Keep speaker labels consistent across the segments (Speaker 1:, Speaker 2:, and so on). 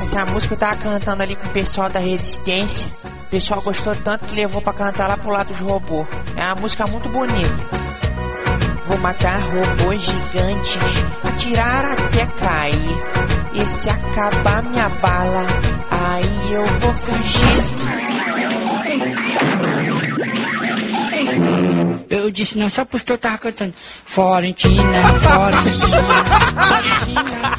Speaker 1: Essa música eu tava cantando ali com o pessoal da Resistência. O pessoal gostou tanto que levou pra cantar lá pro lado dos robôs. É uma música muito bonita. Vou matar robôs gigantes, atirar até cair. E se acabar minha bala, aí eu vou fugir.
Speaker 2: Eu disse não só porque eu tava cantando. Florentina, Florentina, Florentina.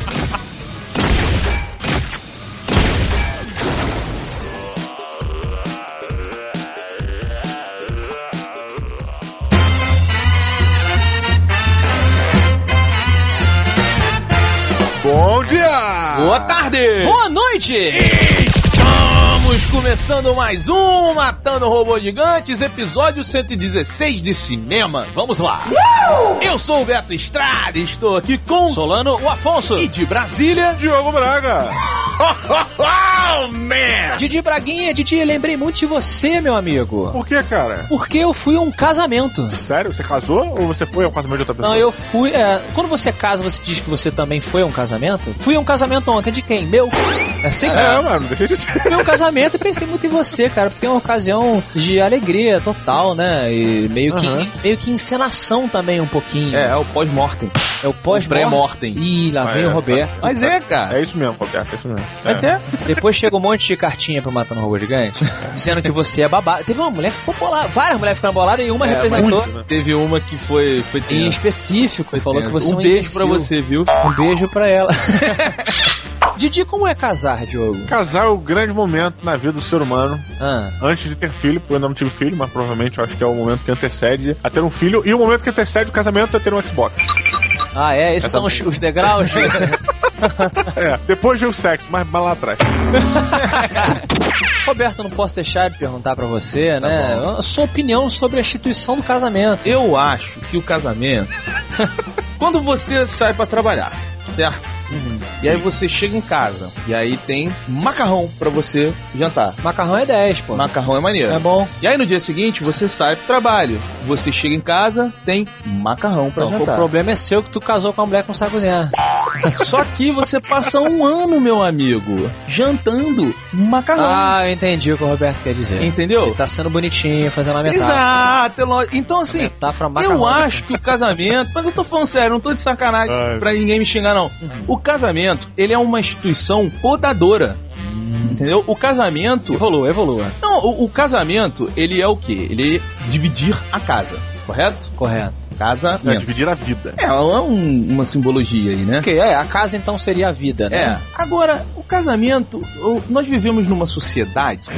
Speaker 3: Bom dia!
Speaker 4: Boa tarde!
Speaker 5: Boa noite!
Speaker 4: Estamos começando mais um Matando Robô Gigantes, episódio 116 de cinema. Vamos lá! Eu sou o Beto Estrada, estou aqui com
Speaker 5: Solano, o Afonso.
Speaker 4: e de Brasília.
Speaker 3: Diogo Braga! oh, man!
Speaker 5: Didi Braguinha, Didi, lembrei muito de você, meu amigo.
Speaker 3: Por que, cara?
Speaker 5: Porque eu fui a um casamento.
Speaker 3: Sério? Você casou ou você foi ao casamento de outra pessoa?
Speaker 5: Não, eu fui. é, quando você casa, você diz que você também foi a um casamento? Fui a um casamento ontem de quem? Meu? É assim,
Speaker 3: É, mano, deixa de ser.
Speaker 5: Meu um casamento e pensei muito em você, cara, porque é uma ocasião de alegria total, né? E meio que,
Speaker 3: Aham.
Speaker 5: meio que encenação também, um pouquinho.
Speaker 4: É, é o pós-mortem.
Speaker 5: É o pós
Speaker 4: O pré-mortem.
Speaker 5: Ih, lá vem
Speaker 3: É,
Speaker 5: o Roberto.
Speaker 4: Mas é, cara.
Speaker 3: É isso mesmo, Roberto, é isso mesmo.
Speaker 4: Mas é.
Speaker 5: Depois chega um monte de cartinha pro Matando Robô Gigante, dizendo que você é babado. Teve uma mulher que ficou bolada, várias mulheres ficaram boladas e uma
Speaker 4: É,
Speaker 5: representou
Speaker 3: muito, né?
Speaker 4: Teve uma que foi. foi
Speaker 5: em
Speaker 4: tensa.
Speaker 5: específico e falou que você é
Speaker 4: um beijo
Speaker 5: imbecil.
Speaker 4: pra você, viu?
Speaker 5: Um beijo pra ela. Didi, como é casar, Diogo?
Speaker 3: Casar é o grande momento na vida do ser humano
Speaker 5: Ah,
Speaker 3: antes de ter filho, porque eu ainda não tive filho, mas provavelmente eu acho que é o momento que antecede a ter um filho e o momento que antecede o casamento é ter um Xbox.
Speaker 5: ah é? Esses
Speaker 3: Essa-
Speaker 5: são os, os degraus?
Speaker 3: É, depois veio o sexo, mas lá atrás. É
Speaker 5: Roberto, não posso deixar de perguntar pra você, né? A sua opinião sobre a instituição do casamento.
Speaker 4: Eu acho que o casamento. quando você sai pra trabalhar, certo?
Speaker 5: Uhum.
Speaker 4: e aí você chega em casa e aí tem macarrão pra você jantar.
Speaker 5: Macarrão é 10, pô.
Speaker 4: Macarrão é maneiro.
Speaker 5: É bom.
Speaker 4: E aí no dia seguinte você sai pro trabalho, você chega em casa, tem macarrão pra
Speaker 5: Não, o
Speaker 4: jantar.
Speaker 5: problema é seu que tu casou com uma mulher que não sabe cozinhar.
Speaker 4: Só que você passa um ano, meu amigo, jantando macarrão.
Speaker 5: Ah, eu entendi o que o Roberto quer dizer.
Speaker 3: É.
Speaker 4: entendeu?
Speaker 5: Ele tá sendo bonitinho, fazendo a metáfora.
Speaker 4: Exato, é lógico. Então assim,
Speaker 5: Metáfora
Speaker 4: Eu
Speaker 5: macarrônica.
Speaker 3: né?
Speaker 4: acho que o casamento, mas eu tô falando sério, não tô de sacanagem
Speaker 3: Ai.
Speaker 4: pra ninguém me xingar, não.
Speaker 3: Uhum.
Speaker 4: O casamento, ele é uma instituição podadora.
Speaker 3: Hum.
Speaker 4: Entendeu? O casamento.
Speaker 5: Evolua, evolua.
Speaker 4: Não, o, o casamento, ele é o quê? Ele é dividir a casa, correto?
Speaker 5: Correto.
Speaker 3: É,
Speaker 4: Casamento.
Speaker 3: dividir a vida.
Speaker 4: É, é um- uma simbologia aí, né?
Speaker 5: Ok, é, a casa então seria a vida, né?
Speaker 4: É. Agora, o casamento, o- nós vivemos numa
Speaker 5: É.
Speaker 4: sociedade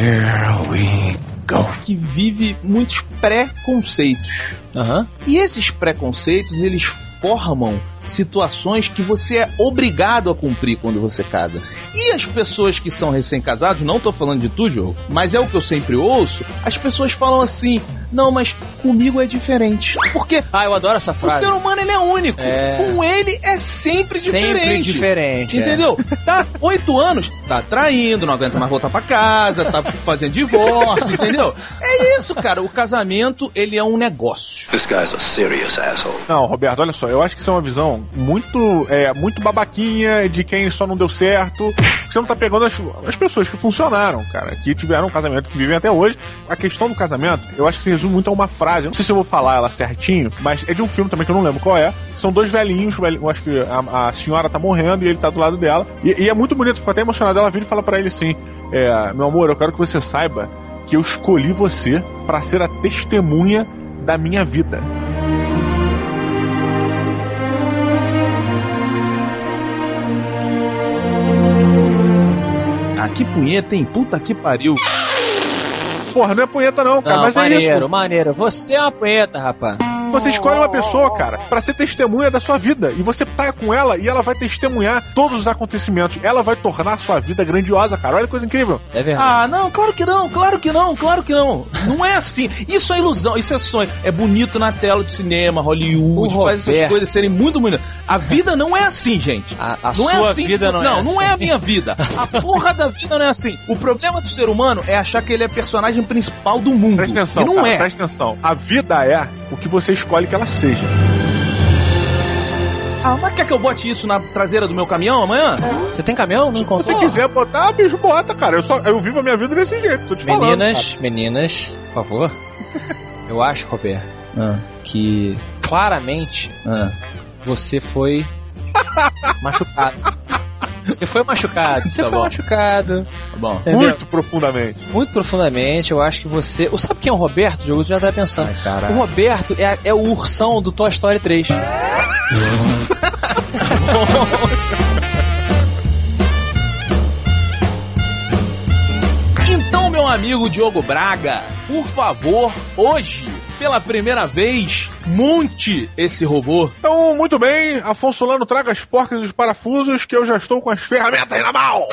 Speaker 4: que vive muitos preconceitos.
Speaker 5: Aham.
Speaker 4: E esses preconceitos, eles formam situações que você é obrigado a cumprir quando você casa. E as pessoas que são recém-casados, não tô falando de tu, Diogo, mas é o que eu sempre ouço, as pessoas falam assim, não, mas comigo é diferente. Porque
Speaker 5: Ah, eu adoro essa
Speaker 4: o
Speaker 5: frase.
Speaker 4: ser humano, ele é único.
Speaker 5: É.
Speaker 4: Com ele, é sempre,
Speaker 5: Sempre
Speaker 4: diferente.
Speaker 5: diferente. é.
Speaker 4: Entendeu? Tá oito anos, tá traindo, não aguenta mais voltar pra casa, tá fazendo divórcio, entendeu? É isso, cara. O casamento, ele é um negócio.
Speaker 6: This guy's a serious asshole.
Speaker 3: Não, Roberto, olha só, eu acho que isso é uma visão muito, é, muito babaquinha de quem só não deu certo. Você não tá pegando as, as pessoas que funcionaram, cara, que tiveram um casamento, que vivem até hoje. A questão do casamento, eu acho que se resume muito a uma frase. Eu não sei se eu vou falar ela certinho, mas é de um filme também que eu não lembro qual é. São dois velhinhos, velhinho- eu acho que a, a senhora tá morrendo e ele tá do lado dela. E, e é muito bonito, fico até emocionado. Ela vira e fala pra ele assim: é, Meu amor, eu quero que você saiba que eu escolhi você pra ser a testemunha da minha vida.
Speaker 4: Ah, que punheta, hein? Puta que pariu.
Speaker 3: Porra, não é punheta não, cara,
Speaker 5: Não,
Speaker 3: mas
Speaker 5: maneiro,
Speaker 3: é isso.
Speaker 5: maneiro. Você é uma punheta, rapaz.
Speaker 3: Você escolhe uma pessoa, cara, pra ser testemunha da sua vida. E você tá com ela e ela vai testemunhar todos os acontecimentos. Ela vai tornar a sua vida grandiosa, cara. Olha que coisa incrível.
Speaker 5: É verdade.
Speaker 4: Ah, não, claro que não, claro que não, claro que não. Não é assim. Isso é ilusão, isso é sonho. É bonito na tela de cinema, Hollywood,
Speaker 5: O
Speaker 4: faz essas
Speaker 5: Roberto.
Speaker 4: coisas serem muito bonitas. A vida não é assim, gente.
Speaker 5: a a
Speaker 4: não
Speaker 5: sua
Speaker 4: é assim,
Speaker 5: vida não, é
Speaker 4: Não, não é a
Speaker 5: assim.
Speaker 4: minha vida. A porra da vida não é assim. O problema do ser humano é achar que ele é personagem principal do
Speaker 5: Hum,
Speaker 4: mundo.
Speaker 3: Presta atenção,
Speaker 4: e não
Speaker 3: cara,
Speaker 4: é.
Speaker 3: presta atenção. A vida é o que você escolhe que ela seja.
Speaker 4: Ah, Mas quer que eu bote isso na traseira do meu caminhão amanhã?
Speaker 5: Você tem caminhão? Não
Speaker 3: Se você
Speaker 5: conta.
Speaker 3: quiser botar, ah, bicho, bota, cara. Eu, só, eu vivo a minha vida desse jeito, tô te falando.
Speaker 5: Meninas, meninas, por favor. Eu acho, Roberto, que claramente você foi machucado. Você foi machucado. Você
Speaker 4: Tá
Speaker 5: foi
Speaker 4: bom.
Speaker 5: machucado.
Speaker 4: Tá bom.
Speaker 5: entendeu?
Speaker 3: Muito profundamente.
Speaker 5: Muito profundamente, eu acho que você. O sabe quem é o Roberto, Diogo? Tu já tá pensando. o
Speaker 4: caralho.
Speaker 5: Roberto é, a- é o ursão do Toy Story 3.
Speaker 4: Então, meu amigo Diogo Braga, por favor, hoje, pela primeira vez, monte esse robô.
Speaker 3: Então, muito bem, Afonso Lano, traga as porcas e os parafusos que eu já estou com as ferramentas na mão.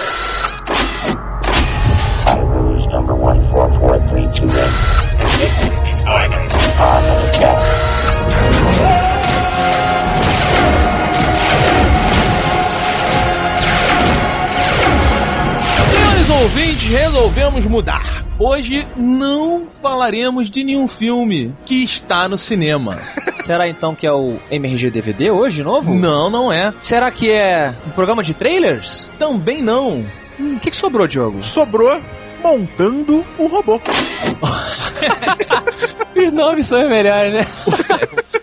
Speaker 4: Senhores ouvintes, resolvemos mudar. Hoje não falaremos de nenhum filme que está no cinema.
Speaker 5: Será então que é o MRG DVD hoje, de novo?
Speaker 4: Não, não é.
Speaker 5: Será que é um programa de trailers?
Speaker 4: Também não.
Speaker 5: Hum, O que, que sobrou, Diogo?
Speaker 3: Sobrou montando o robô.
Speaker 5: Os nomes são os melhores, né?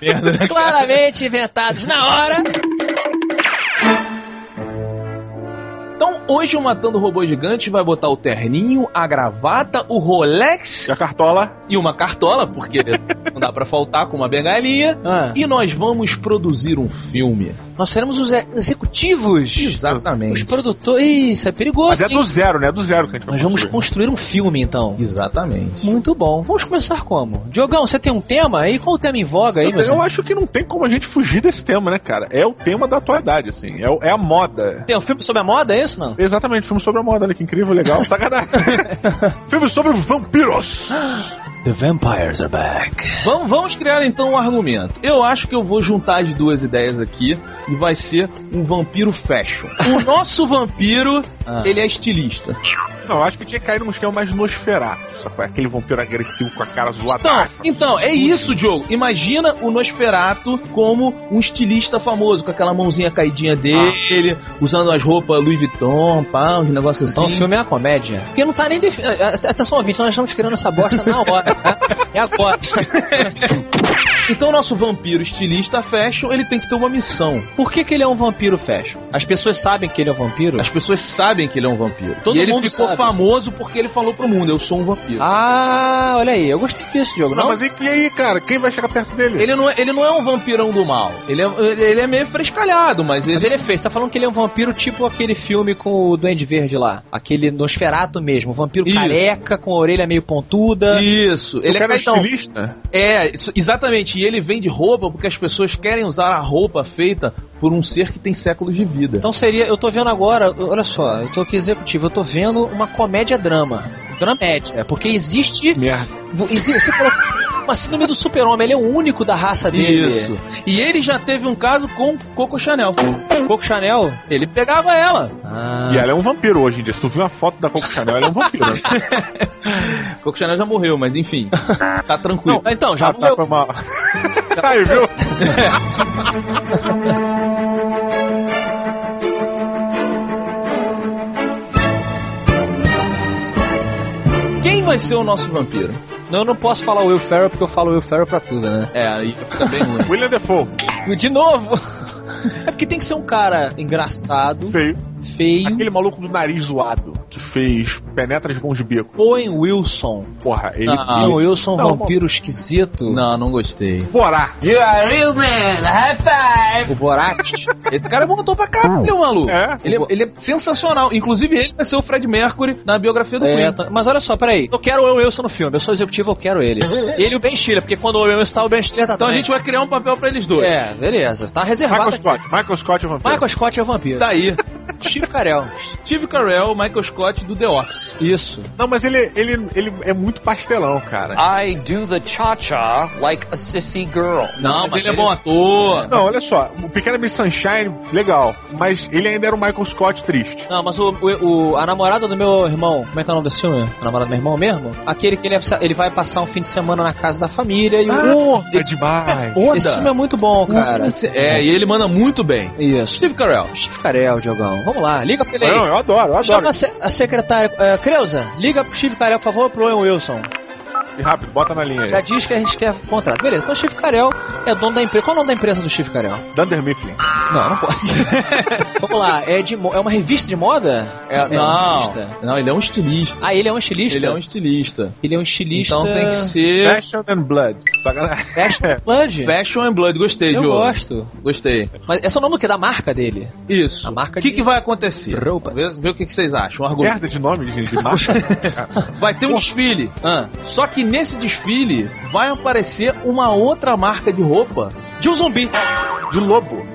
Speaker 3: né?
Speaker 5: Claramente inventados na hora.
Speaker 4: Então, hoje o Matando Robô Gigante vai botar o terninho, a gravata, o Rolex
Speaker 3: E a cartola?
Speaker 4: e uma cartola, porque não dá pra faltar com uma bengalinha.
Speaker 5: Ah,
Speaker 4: E nós vamos produzir um filme.
Speaker 5: nós seremos os e- executivos. Os
Speaker 4: Exatamente.
Speaker 5: produtores. Ih, Isso é perigoso.
Speaker 3: Mas é
Speaker 5: hein?
Speaker 3: do zero, né? É do zero que a gente vai
Speaker 5: Nós vamos
Speaker 3: construir.
Speaker 5: construir um filme, então.
Speaker 4: Exatamente.
Speaker 5: Muito bom. Vamos começar como? Diogão, você tem um tema aí? Qual o tema em voga aí, meus
Speaker 3: Eu
Speaker 5: amigos?
Speaker 3: acho que não tem como a gente fugir desse tema, né, cara? É o tema da atualidade, assim. É, o- é a moda.
Speaker 5: Tem um filme sobre a moda, é isso não?
Speaker 3: Exatamente, filme sobre a moda, olha que incrível, legal, sacanagem. filme sobre vampiros.
Speaker 5: The Vampires Are Back.
Speaker 4: Vamos, vamos criar então um argumento. Eu acho que eu vou juntar as duas ideias aqui e vai ser um vampiro fashion. O nosso vampiro,
Speaker 5: Ah.
Speaker 4: ele é estilista.
Speaker 3: Não, eu acho que tinha que cair num esquema mais nosferato. Só que é aquele vampiro agressivo com a cara
Speaker 4: Então,
Speaker 3: zoadaça.
Speaker 4: então, é isso, Diogo. Imagina o Nosferato como um estilista famoso, com aquela mãozinha
Speaker 5: Ah.
Speaker 4: caidinha dele, usando as roupas Louis Vuitton, pá, uns negócios
Speaker 5: Então o
Speaker 4: assim.
Speaker 5: filme é uma comédia. Porque não tá nem definido. Atenção, ouvinte, nós estamos tirando essa bosta na hora. tá? É agora.
Speaker 4: Então, o nosso vampiro estilista fashion, ele tem que ter uma missão.
Speaker 5: Por que, que ele é um vampiro fashion? As pessoas sabem que ele é um vampiro?
Speaker 4: As pessoas sabem que ele é um vampiro.
Speaker 5: Todo
Speaker 4: e ele
Speaker 5: mundo
Speaker 4: ficou
Speaker 5: sabe.
Speaker 4: famoso porque ele falou pro mundo: eu sou um vampiro.
Speaker 5: Ah, olha aí. Eu gostei disso, Diogo.
Speaker 3: Não,
Speaker 5: Não,
Speaker 3: mas e, e aí, cara? Quem vai chegar perto dele?
Speaker 4: Ele não, é, ele não é um vampirão do mal. Ele é, ele- ele é meio frescalhado, mas ele.
Speaker 5: Mas ele é feio. Você tá falando que ele é um vampiro tipo aquele filme com o Duende Verde lá. Aquele Nosferato mesmo. Um vampiro
Speaker 4: Isso.
Speaker 5: careca, com a orelha meio pontuda.
Speaker 4: Isso, ele
Speaker 3: o
Speaker 4: é
Speaker 3: cara é
Speaker 4: caidão.
Speaker 3: estilista?
Speaker 4: É, isso- exatamente. E ele vende roupa porque as pessoas querem usar a roupa feita por um ser que tem séculos de vida.
Speaker 5: Então seria... Eu tô vendo agora... Olha só. Eu tô aqui executivo. Eu tô vendo uma comédia-drama. Dramédia. é Porque existe...
Speaker 3: Merda.
Speaker 5: vo- exi- Você colocou uma síndrome do super-homem. Ele é o único da raça dele.
Speaker 4: Isso. E ele é. já teve um caso com Coco Chanel.
Speaker 5: Coco Chanel.
Speaker 4: Ele pegava ela.
Speaker 5: Ah.
Speaker 3: E ela é um vampiro hoje em dia. Se tu viu uma foto da Coco Chanel, ela é um vampiro. né?
Speaker 4: Coco Chanel já morreu, mas enfim. tá tranquilo.
Speaker 5: Então, já
Speaker 3: ah, tá,
Speaker 5: morreu.
Speaker 3: foi mal. aí, viu?
Speaker 4: Quem vai ser o nosso é vampiro?
Speaker 5: Não, Eu não posso falar Will Ferrell porque eu falo Will Ferrell pra tudo, né?
Speaker 4: É, aí fica bem ruim.
Speaker 3: William Defoe,
Speaker 5: De novo! É porque tem que ser um cara engraçado,
Speaker 3: feio.
Speaker 5: feio.
Speaker 3: Aquele maluco do nariz zoado que fez Penetra de Bons Bico.
Speaker 5: Põe Wilson.
Speaker 3: Porra, ele.
Speaker 4: Não,
Speaker 5: Não,
Speaker 3: ele...
Speaker 5: Wilson
Speaker 3: Não,
Speaker 5: um vampiro esquisito.
Speaker 4: Não, não gostei.
Speaker 3: Borá.
Speaker 5: O Borat.
Speaker 4: Esse cara é bom ator pra caralho, maluco.
Speaker 3: É?
Speaker 4: Ele, ele é sensacional. Inclusive, ele vai ser o Fred Mercury na biografia do
Speaker 5: É,
Speaker 4: Queen.
Speaker 5: tá- mas olha só, peraí. Eu quero o Wilson no filme. Eu sou executivo, eu quero ele. Ele e o Ben Stiller, porque quando o Wilson tá, o Ben Stiller tá
Speaker 4: Então a
Speaker 5: também.
Speaker 4: gente vai criar um papel pra eles dois.
Speaker 5: É, beleza. Tá reservado.
Speaker 3: Michael Scott. Michael Scott é vampiro.
Speaker 5: Michael Scott é o vampiro.
Speaker 4: Tá aí.
Speaker 5: Steve Carell.
Speaker 4: Steve Carell, Michael Scott do The Office.
Speaker 5: Isso.
Speaker 3: Não, mas ele, ele, ele é muito pastelão, cara.
Speaker 7: I do the cha cha like a sissy girl.
Speaker 4: Não, mas, ele, é bom ator.
Speaker 3: Não, olha só, o Pequena Miss Sunshine, legal, mas ele ainda era o Michael Scott triste.
Speaker 5: Não, mas o, o- o- a namorada do meu irmão, como é que é o nome desse filme? A namorada do meu irmão mesmo? Aquele que ele, é- ele vai passar um fim de semana na casa da família e o.
Speaker 3: Ah, é
Speaker 5: esse,
Speaker 3: demais.
Speaker 5: esse filme é muito bom, cara.
Speaker 4: É, e ele manda muito bem.
Speaker 5: Isso.
Speaker 4: Steve Carell.
Speaker 5: Steve Carell, Diogão. Vamos lá, liga pra ele aí.
Speaker 3: Não, eu adoro, eu
Speaker 5: Chama
Speaker 3: adoro.
Speaker 5: a, se- a secretária. eh, Creuza, liga pro Steve Carell, por favor, pro Owen Wilson.
Speaker 3: E Rápido, bota na
Speaker 4: É.
Speaker 3: linha
Speaker 5: Já
Speaker 3: aí.
Speaker 5: diz que a gente quer contrato. Beleza, então o Steve Carell é dono da empresa. Qual é o nome da empresa do Steve Carell?
Speaker 3: Dunder Mifflin.
Speaker 5: Não, não pode. Vamos lá, é, de, mo- é uma revista de moda?
Speaker 4: É,
Speaker 5: uma
Speaker 4: não,
Speaker 5: revista.
Speaker 4: não, ele é um estilista.
Speaker 5: Ah, ele é um estilista?
Speaker 4: Ele é um estilista.
Speaker 5: Ele é um estilista.
Speaker 4: Então tem que ser
Speaker 3: Fashion and Blood. Sacanagem. É,
Speaker 5: Fashion Blood?
Speaker 4: Fashion and Blood. Gostei,
Speaker 5: Eu
Speaker 4: Diogo.
Speaker 5: gosto.
Speaker 4: Gostei.
Speaker 5: Mas é só o nome que da marca dele.
Speaker 4: Isso.
Speaker 5: A
Speaker 4: O
Speaker 5: marca
Speaker 4: que,
Speaker 5: de-
Speaker 4: que vai acontecer?
Speaker 5: Roupas.
Speaker 4: Vê, vê o que, que vocês acham. Um argumento.
Speaker 3: Merda de nome, gente, de marcha.
Speaker 4: Vai ter um desfile.
Speaker 5: Ah,
Speaker 4: Só que nesse desfile vai aparecer uma outra marca de roupa.
Speaker 5: de um zumbi.
Speaker 3: de lobo.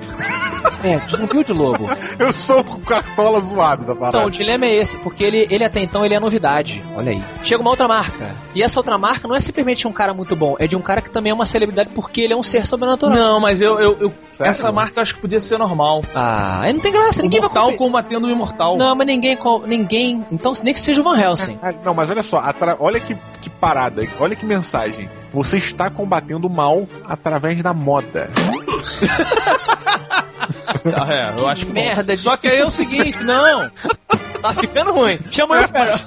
Speaker 5: É, de zumbi ou de lobo?
Speaker 3: Eu sou o cartola zoado da parada.
Speaker 5: Então, o dilema é esse, porque ele, ele até então ele é novidade. Olha aí. Chega uma outra marca. E essa outra marca não é simplesmente de um cara muito bom, é de um cara que também é uma celebridade porque ele é um ser sobrenatural.
Speaker 4: Não, mas eu. eu- eu-
Speaker 3: Sério?
Speaker 4: essa marca eu acho que podia ser normal.
Speaker 5: Ah, aí não tem graça, ninguém
Speaker 4: o
Speaker 5: vai
Speaker 4: mortal
Speaker 5: comprar.
Speaker 4: combatendo o imortal.
Speaker 5: Não, mas ninguém. com- ninguém. Então, nem que seja o Van Helsing.
Speaker 3: Ah, Não, mas olha só, atra- olha que, que parada, olha que mensagem. Você está combatendo o mal através da moda.
Speaker 4: Ah, é, eu acho que.
Speaker 5: Merda, de-
Speaker 4: Só que aí é o seguinte, não.
Speaker 5: Tá ficando ruim. Chama eu, Ferro.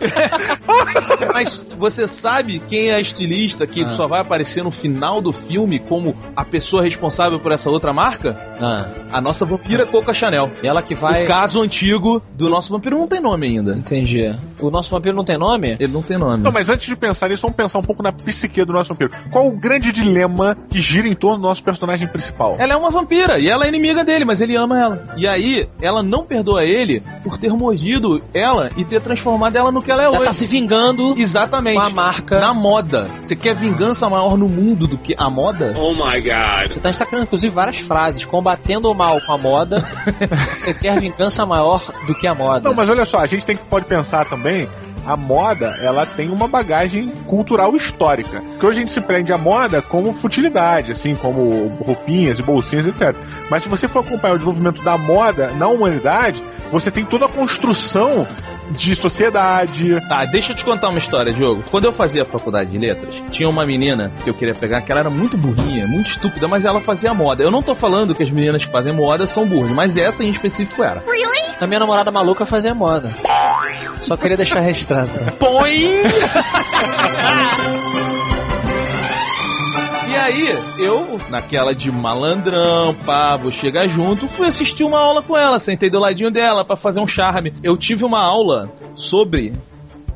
Speaker 4: Mas você sabe quem é a estilista que
Speaker 5: Ah.
Speaker 4: só vai aparecer no final do filme como a pessoa responsável por essa outra marca?
Speaker 5: Ah,
Speaker 4: A nossa vampira Coca Chanel.
Speaker 5: ela que vai.
Speaker 4: O caso antigo do nosso vampiro não tem nome ainda.
Speaker 5: Entendi. O nosso vampiro não tem nome?
Speaker 4: Ele não tem nome.
Speaker 3: Não, mas antes de pensar nisso, vamos pensar um pouco na psique do nosso vampiro. Qual o grande dilema que gira em torno do nosso personagem principal?
Speaker 4: Ela é uma vampira e ela é inimiga dele, mas ele ama ela. E aí, ela não perdoa ele por ter mordido ela e ter transformado ela no que ela é
Speaker 5: Ela
Speaker 4: hoje.
Speaker 5: tá se vingando com a
Speaker 4: Exatamente.
Speaker 5: marca.
Speaker 4: Na moda. Você quer vingança maior no mundo do que a moda?
Speaker 5: Você tá destacando, inclusive, várias frases. Combatendo o mal com a moda, você quer vingança maior do que a moda.
Speaker 3: Não, mas olha só, a gente tem que pode pensar também. A moda, ela tem uma bagagem cultural histórica. Porque hoje a gente se prende à moda como futilidade, assim, como roupinhas e bolsinhas, etc. Mas se você for acompanhar o desenvolvimento da moda na humanidade, você tem toda a construção de sociedade,
Speaker 4: Tá, deixa eu te contar uma história, Diogo. Quando eu fazia faculdade de letras, tinha uma menina que eu queria pegar, que ela era muito burrinha, muito estúpida, mas ela fazia moda. Eu não tô falando que as meninas que fazem moda são burras, mas essa em específico era.
Speaker 5: A minha namorada maluca fazia moda. Só queria deixar registrado. sabe?
Speaker 4: Põe! E aí, eu, naquela de malandrão, pá, vou chegar junto, fui assistir uma aula com ela, sentei do ladinho dela pra fazer um charme. Eu tive uma aula sobre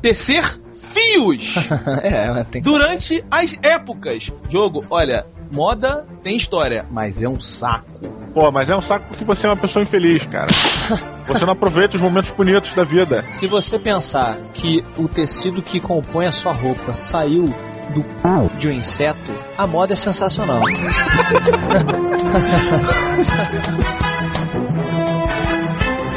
Speaker 4: tecer fios
Speaker 5: é, mas tem que...
Speaker 4: durante as épocas. Jogo, olha, moda tem história, mas é um saco.
Speaker 3: Pô, mas é um saco porque você é uma pessoa infeliz, cara. Você não aproveita os momentos bonitos da vida.
Speaker 5: Se você pensar que o tecido que compõe a sua roupa saiu do cu de um inseto, a moda é sensacional.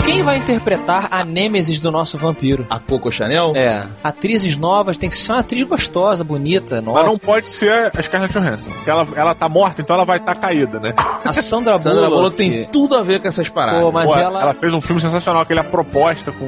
Speaker 5: Quem vai interpretar a nêmesis do nosso vampiro?
Speaker 4: A Coco Chanel?
Speaker 5: É. Atrizes novas tem que ser uma atriz gostosa, bonita,
Speaker 3: Mas
Speaker 5: nova.
Speaker 3: não pode ser a Scarlett Johansson. Porque ela, ela tá morta, então ela vai estar caída, né?
Speaker 5: A Sandra,
Speaker 4: Sandra
Speaker 5: Bullock.
Speaker 4: Bullock tem tudo a ver com essas paradas.
Speaker 5: Pô, mas
Speaker 3: Pô,
Speaker 5: ela,
Speaker 3: fez um filme sensacional, aquele A Proposta com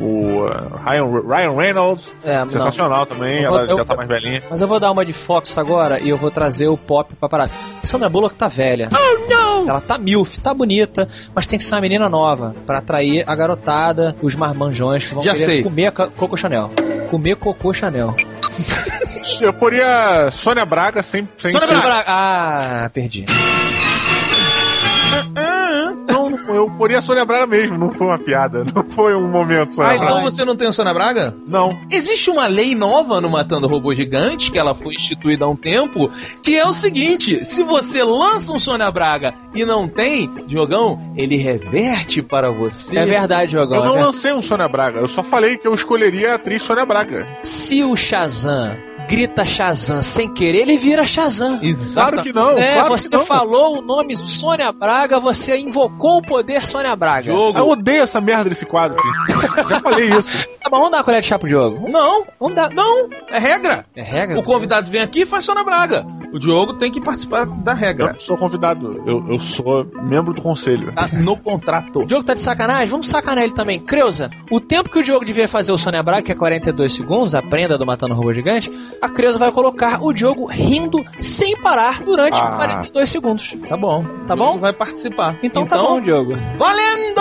Speaker 3: o uh, Ryan, Ryan Reynolds.
Speaker 5: É, não.
Speaker 3: sensacional também,
Speaker 5: Eu vou-
Speaker 3: ela
Speaker 5: eu-
Speaker 3: já tá mais velhinha.
Speaker 5: Mas eu vou dar uma de Fox agora e eu vou trazer o pop pra parar. Sandra Bullock tá velha. Oh, não! Ela tá milf, tá bonita, mas tem que ser uma menina nova pra atrair a garotada, os marmanjões que vão
Speaker 4: Já
Speaker 5: querer
Speaker 4: sei.
Speaker 5: comer a ca- Coco Chanel. Comer Coco Chanel.
Speaker 3: Eu poria Sônia Braga sem. sem
Speaker 5: Sônia
Speaker 3: sem-
Speaker 5: Braga- Ah, perdi.
Speaker 3: Não, não, eu poria Sônia Braga mesmo, não foi uma piada. Não foi um momento, Sônia
Speaker 4: Ah,
Speaker 3: Braga.
Speaker 4: então você não tem o Sônia Braga?
Speaker 3: Não.
Speaker 4: Existe uma lei nova no Matando Robô Gigante, que ela foi instituída há um tempo, que é o seguinte: se você lança um Sônia Braga e não tem, Diogão, ele reverte para você.
Speaker 5: É verdade, Diogão.
Speaker 3: Eu
Speaker 5: é
Speaker 3: não
Speaker 5: verdade.
Speaker 3: lancei um Sônia Braga, eu só falei que eu escolheria a atriz Sônia Braga.
Speaker 5: Se o Shazam grita Shazam sem querer, ele vira Shazam.
Speaker 3: Claro que não.
Speaker 5: É,
Speaker 3: claro que
Speaker 5: você
Speaker 3: não.
Speaker 5: falou o nome Sônia Braga, você invocou o poder Sônia Braga.
Speaker 3: Eu odeio essa merda desse quadro aqui. Já falei isso.
Speaker 5: Tá bom, vamos dar uma colher de chá pro Diogo.
Speaker 4: Não,
Speaker 5: Vamos dar.
Speaker 4: não, é regra.
Speaker 5: É regra?
Speaker 4: O convidado vem aqui e faz Sônia Braga. O Diogo tem que participar da
Speaker 3: Eu
Speaker 4: regra.
Speaker 3: não sou convidado. Eu, eu sou membro do conselho.
Speaker 4: Tá no contrato.
Speaker 5: O Diogo tá de sacanagem? Vamos sacanear ele também. Creuza, o tempo que o Diogo devia fazer o Sônia Braga, que é 42 segundos, a prenda do Matando Robô Gigante, a Creuza vai colocar o Diogo rindo sem parar durante os
Speaker 3: Ah.
Speaker 5: 42 segundos.
Speaker 4: Tá bom.
Speaker 5: Tá
Speaker 4: O
Speaker 5: bom?
Speaker 4: Diogo Vai participar.
Speaker 5: Então, tá bom, Diogo.
Speaker 4: Valendo!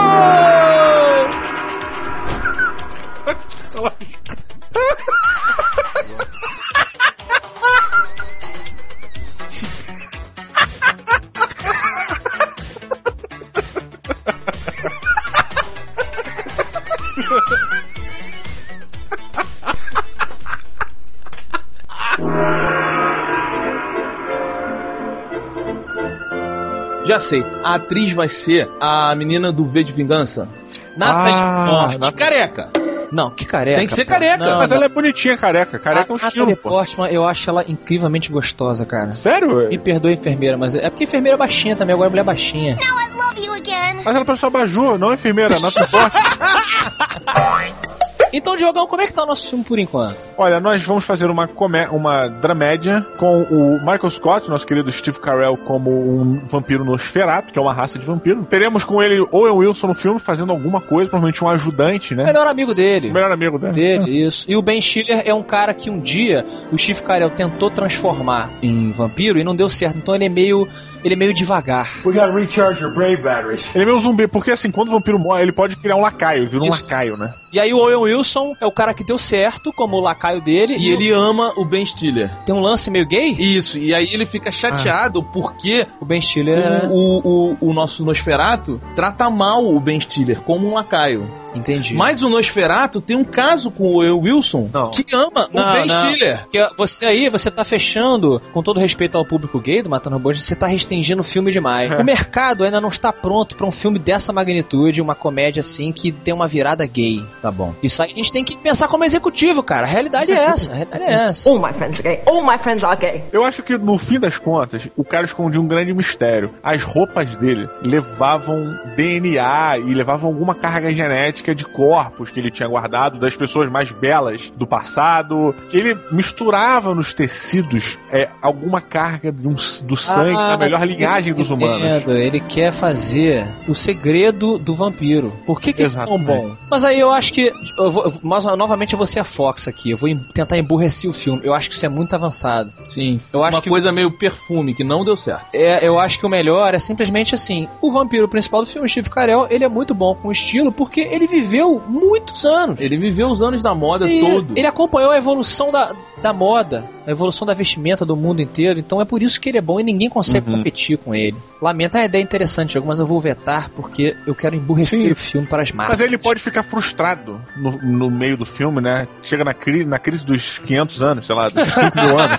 Speaker 4: Já sei. A atriz vai ser a menina do V de Vingança. Natalie
Speaker 5: Ah,
Speaker 4: Portman,
Speaker 5: Natalie-
Speaker 4: careca.
Speaker 5: Não, que careca.
Speaker 4: Tem que ser
Speaker 5: pô.
Speaker 4: careca.
Speaker 5: Não,
Speaker 3: Mas
Speaker 5: não.
Speaker 3: ela é bonitinha, careca. Careca é um
Speaker 5: a Natalie
Speaker 3: estilo, pô.
Speaker 5: Portman, eu acho ela incrivelmente gostosa, cara.
Speaker 3: Sério?
Speaker 5: Me perdoe, enfermeira, mas é porque enfermeira é baixinha também, agora a mulher é baixinha.
Speaker 8: love you again.
Speaker 3: Mas ela parece uma baju, não enfermeira, não suporte.
Speaker 5: Então, Diogão, como é que tá o nosso filme por enquanto?
Speaker 3: Olha, nós vamos fazer uma, comé- uma dramédia com o Michael Scott, nosso querido Steve Carell, como um vampiro Nosferatu, que é uma raça de vampiro. Teremos com ele Owen Wilson no filme fazendo alguma coisa, provavelmente um ajudante,
Speaker 5: É O
Speaker 3: né?
Speaker 5: melhor amigo dele.
Speaker 3: O melhor amigo dele.
Speaker 5: Dele, isso. E o Ben Stiller é um cara que um dia o Steve Carell tentou transformar em vampiro e não deu certo. Então ele é meio, ele é meio devagar.
Speaker 9: We gotta recharge your brave batteries.
Speaker 3: Ele é meio zumbi, porque assim, quando o vampiro morre, ele pode criar um lacaio, vira um
Speaker 5: Isso.
Speaker 3: lacaio, né?
Speaker 5: E aí o Owen Wilson é o cara que deu certo como o lacaio dele
Speaker 4: E ele ama o Ben Stiller.
Speaker 5: tem um lance meio gay.
Speaker 4: Isso, e aí ele fica chateado
Speaker 5: Ah.
Speaker 4: porque
Speaker 5: o Ben Stiller
Speaker 4: o-
Speaker 5: era...
Speaker 4: o, o, o nosso Nosferato trata mal o Ben Stiller, como um lacaio.
Speaker 5: entendi.
Speaker 4: Mas o Nosferato tem um caso com o Will Wilson
Speaker 3: Não.
Speaker 4: que ama
Speaker 5: Não,
Speaker 4: o Ben
Speaker 5: não.
Speaker 4: Stiller.
Speaker 5: Porque você aí, você tá fechando, com todo respeito ao público gay do Matando Robôs, você tá restringindo o filme demais. O mercado ainda não está pronto pra um filme dessa magnitude, uma comédia assim, que tem uma virada gay.
Speaker 4: Tá bom.
Speaker 5: Isso aí a gente tem que pensar como executivo, cara. A realidade é essa, a realidade é essa.
Speaker 10: All my friends are gay. All my friends are gay.
Speaker 3: Eu acho que no fim das contas, o cara escondia um grande mistério. As roupas dele levavam DNA e levavam alguma carga genética de corpos que ele tinha guardado das pessoas mais belas do passado. Que ele misturava nos tecidos é, alguma carga de um s- do sangue da melhor linhagem dos humanos.
Speaker 5: Entendo, Ele quer fazer o segredo do vampiro. Por que, que ele é tão
Speaker 3: Exatamente.
Speaker 5: bom? Mas aí eu acho que. Eu vou, eu vou- mas, novamente eu vou ser a Fox aqui. Eu vou em- tentar emburrecer o filme. Eu acho que isso é muito avançado.
Speaker 4: Sim.
Speaker 5: Eu acho
Speaker 4: uma
Speaker 5: que-
Speaker 4: coisa meio perfume que não deu certo.
Speaker 5: É, eu acho que o melhor é simplesmente assim. O vampiro principal do filme, Steve Carell, ele é muito bom com o estilo porque ele viveu muitos anos.
Speaker 4: Ele viveu os anos da moda
Speaker 5: E
Speaker 4: todo.
Speaker 5: ele acompanhou a evolução da, da moda, a evolução da vestimenta do mundo inteiro, então é por isso que ele é bom e ninguém consegue
Speaker 4: Uhum.
Speaker 5: competir com ele. Lamento a ideia interessante, Diogo, mas eu vou vetar porque eu quero emburrecer
Speaker 3: Sim.
Speaker 5: o filme para as
Speaker 3: Mas
Speaker 5: massas.
Speaker 3: ele pode ficar frustrado no, no meio do filme, né? Chega na, cri- na crise dos 500 anos, sei lá, dos 5 mil anos.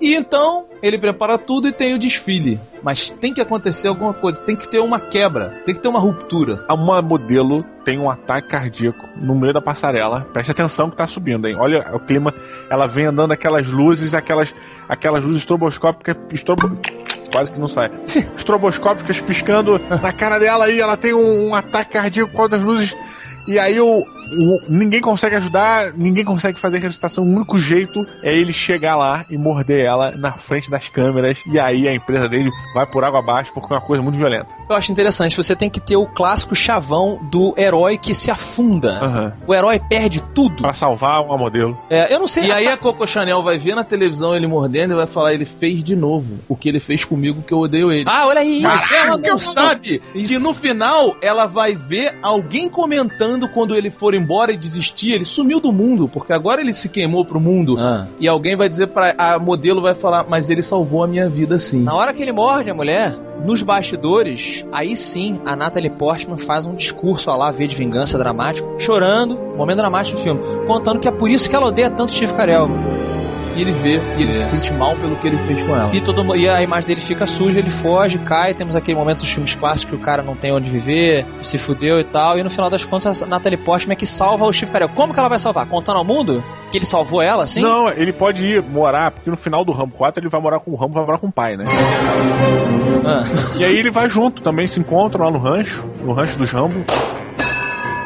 Speaker 4: E então ele prepara tudo e tem o desfile. Mas tem que acontecer alguma coisa, tem que ter uma quebra, tem que ter uma ruptura.
Speaker 3: uma modelo tem um ataque cardíaco no meio da passarela. Preste atenção que tá subindo, hein? Olha o clima. Ela vem andando aquelas luzes, aquelas, aquelas luzes estroboscópicas. Estrobo... Quase que não sai. Estroboscópicas piscando na cara dela e ela tem um, um ataque cardíaco por causa das luzes. E aí o, o- ninguém consegue ajudar, ninguém consegue fazer a ressuscitação. O único jeito é ele chegar lá e morder ela na frente das câmeras. E aí a empresa dele vai por água abaixo porque é uma coisa muito violenta.
Speaker 5: Eu acho interessante, você tem que ter o clássico chavão do herói que se afunda.
Speaker 4: Ah.
Speaker 3: Aham.
Speaker 5: O herói perde tudo.
Speaker 3: Pra salvar uma modelo.
Speaker 5: É, eu não sei.
Speaker 4: E aí a Coco Chanel vai ver na televisão ele mordendo e vai falar: ele fez de novo o que ele fez comigo que eu odeio ele.
Speaker 5: Ah, olha aí.
Speaker 4: Mas ela
Speaker 5: Caraca,
Speaker 4: não
Speaker 5: mano.
Speaker 4: sabe que no final ela vai ver alguém comentando quando ele for embora e desistir. Ele sumiu do mundo, porque agora ele se queimou pro mundo.
Speaker 5: Ah.
Speaker 4: E alguém vai dizer pra. A modelo vai falar, mas ele salvou a minha vida sim.
Speaker 5: Na hora que ele morde a mulher, nos bastidores, aí sim a Natalie Portman faz um discurso a lá, V de vingança dramático, chorando, momento dramático do filme, contando que é por isso que ela odeia tanto Steve Carell.
Speaker 4: e ele vê e ele se sente mal pelo que ele fez com ela.
Speaker 5: E, todo, mu- e a imagem dele fica suja, ele foge, cai. Temos aquele momento dos filmes clássicos que o cara não tem onde viver, se fudeu e tal. E no final das contas, a Natalie Portman é que salva o Steve Carell. Como que ela vai salvar? Contando ao mundo que ele salvou ela, assim?
Speaker 3: Não, ele pode ir morar, porque no final do Rambo 4 ele vai morar com o Rambo, vai morar com o pai, né?
Speaker 5: Ah.
Speaker 3: E aí ele vai junto também, se encontram lá no rancho, no rancho dos Rambo.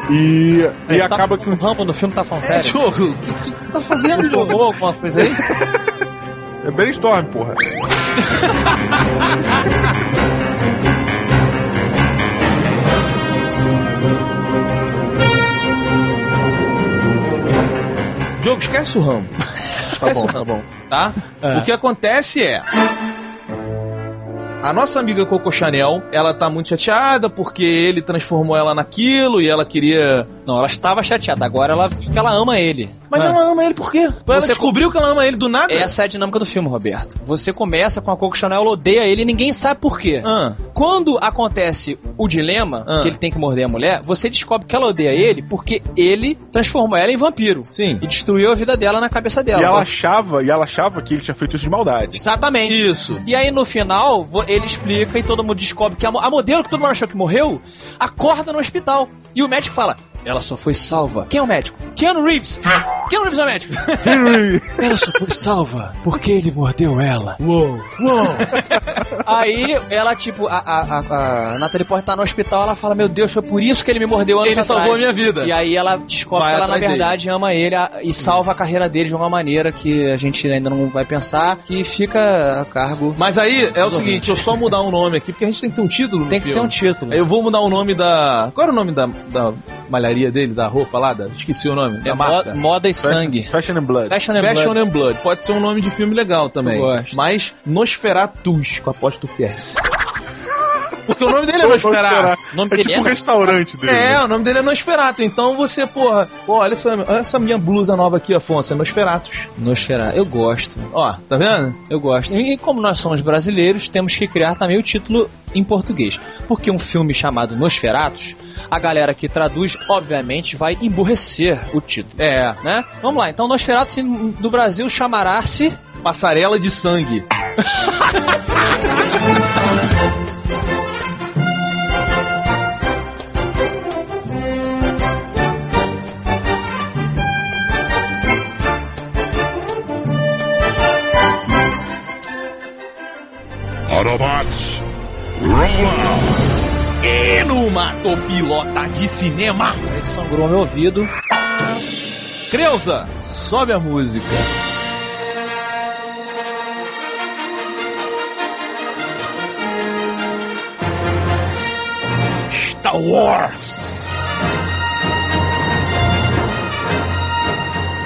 Speaker 3: E, e
Speaker 5: Ele tá
Speaker 3: acaba que
Speaker 5: falando- O Rambo no filme tá falando sério?
Speaker 4: Diogo, o que, que tá fazendo,
Speaker 5: Ele
Speaker 4: Diogo?
Speaker 5: fumou alguma coisa aí?
Speaker 3: É brainstorm, porra.
Speaker 4: Diogo, esquece o Rambo.
Speaker 3: Tá bom,
Speaker 4: Esquece o
Speaker 3: tá bom.
Speaker 4: tá?
Speaker 5: É.
Speaker 4: O que acontece é. A nossa amiga Coco Chanel, ela tá muito chateada porque ele transformou ela naquilo e ela queria.
Speaker 5: Não, ela estava chateada. Agora ela viu que ela ama ele.
Speaker 4: Mas
Speaker 5: Ah.
Speaker 4: ela ama ele por quê? Ela
Speaker 5: Você-
Speaker 4: descobriu que ela ama ele do nada?
Speaker 5: Essa é a dinâmica do filme, Roberto. Você começa com a Coco Chanel, ela odeia ele e ninguém sabe por quê.
Speaker 4: Ah,
Speaker 5: Quando acontece o dilema,
Speaker 4: Ah.
Speaker 5: que ele tem que morder a mulher, você descobre que ela odeia ele porque ele transformou ela em vampiro.
Speaker 4: sim.
Speaker 5: E destruiu a vida dela na cabeça dela.
Speaker 3: E ela achava, e ela achava que ele tinha feito isso de maldade.
Speaker 5: Exatamente.
Speaker 4: Isso.
Speaker 5: E aí no final, vo- ele explica e todo mundo descobre que a, mo- a modelo que todo mundo achou que morreu acorda no hospital. E o médico fala: Ela só foi salva. Quem é o médico? Keanu Reeves. Keanu Reeves é o médico. ela só foi salva porque ele mordeu ela. Uou, uou. aí ela, tipo, a, a, a, a Natalie Portman tá no hospital, ela fala: Meu Deus, foi por isso que ele me mordeu anos
Speaker 4: Ele
Speaker 5: atrás."
Speaker 4: salvou a minha vida.
Speaker 5: E aí ela descobre
Speaker 4: É. Vai
Speaker 5: que ela, na
Speaker 4: atrás dele.
Speaker 5: verdade, ama ele a- e salva a carreira dele de uma maneira que a gente ainda não vai pensar, que fica a cargo.
Speaker 4: Mas aí é o
Speaker 5: Exatamente.
Speaker 4: seguinte, eu só mudar um nome aqui, porque a gente tem que ter um título no
Speaker 5: Tem que ter um
Speaker 4: título.
Speaker 5: título.
Speaker 4: Eu vou mudar o nome da. Qual era o nome da, da malharia dele, da roupa lá? da- Esqueci o nome.
Speaker 5: É
Speaker 4: Da
Speaker 5: mo-
Speaker 4: marca.
Speaker 5: moda e sangue.
Speaker 3: Fashion and Blood.
Speaker 5: Fashion and
Speaker 4: Fashion
Speaker 5: Blood.
Speaker 4: and Blood. Pode ser um nome de filme legal também.
Speaker 5: Eu gosto.
Speaker 4: Mas Nosferatus, com apóstolo Pierce. Porque o nome dele é Nosferatu.
Speaker 3: Nosferatu.
Speaker 4: O nome
Speaker 3: É
Speaker 4: dele
Speaker 3: tipo um restaurante dele.
Speaker 4: é,
Speaker 3: né?
Speaker 4: o nome dele é Nosferatu. Então você, porra, pô, olha essa, olha essa minha blusa nova aqui, Afonso, é Nosferatus.
Speaker 5: Nosferatu. Eu gosto.
Speaker 4: Ó, tá vendo?
Speaker 5: Eu gosto. E como nós somos brasileiros, temos que criar também o título em português. Porque um filme chamado Nosferatus, a galera que traduz, obviamente, vai emburrecer o título.
Speaker 4: É,
Speaker 5: Né? Vamos lá, então Nosferatus em- do Brasil chamará-se
Speaker 4: passarela de sangue.
Speaker 8: Autobots, roll out!
Speaker 4: E no Mato Pilota de Cinema.
Speaker 5: que sangrou meu ouvido.
Speaker 4: Creuza, sobe a música. Star Wars.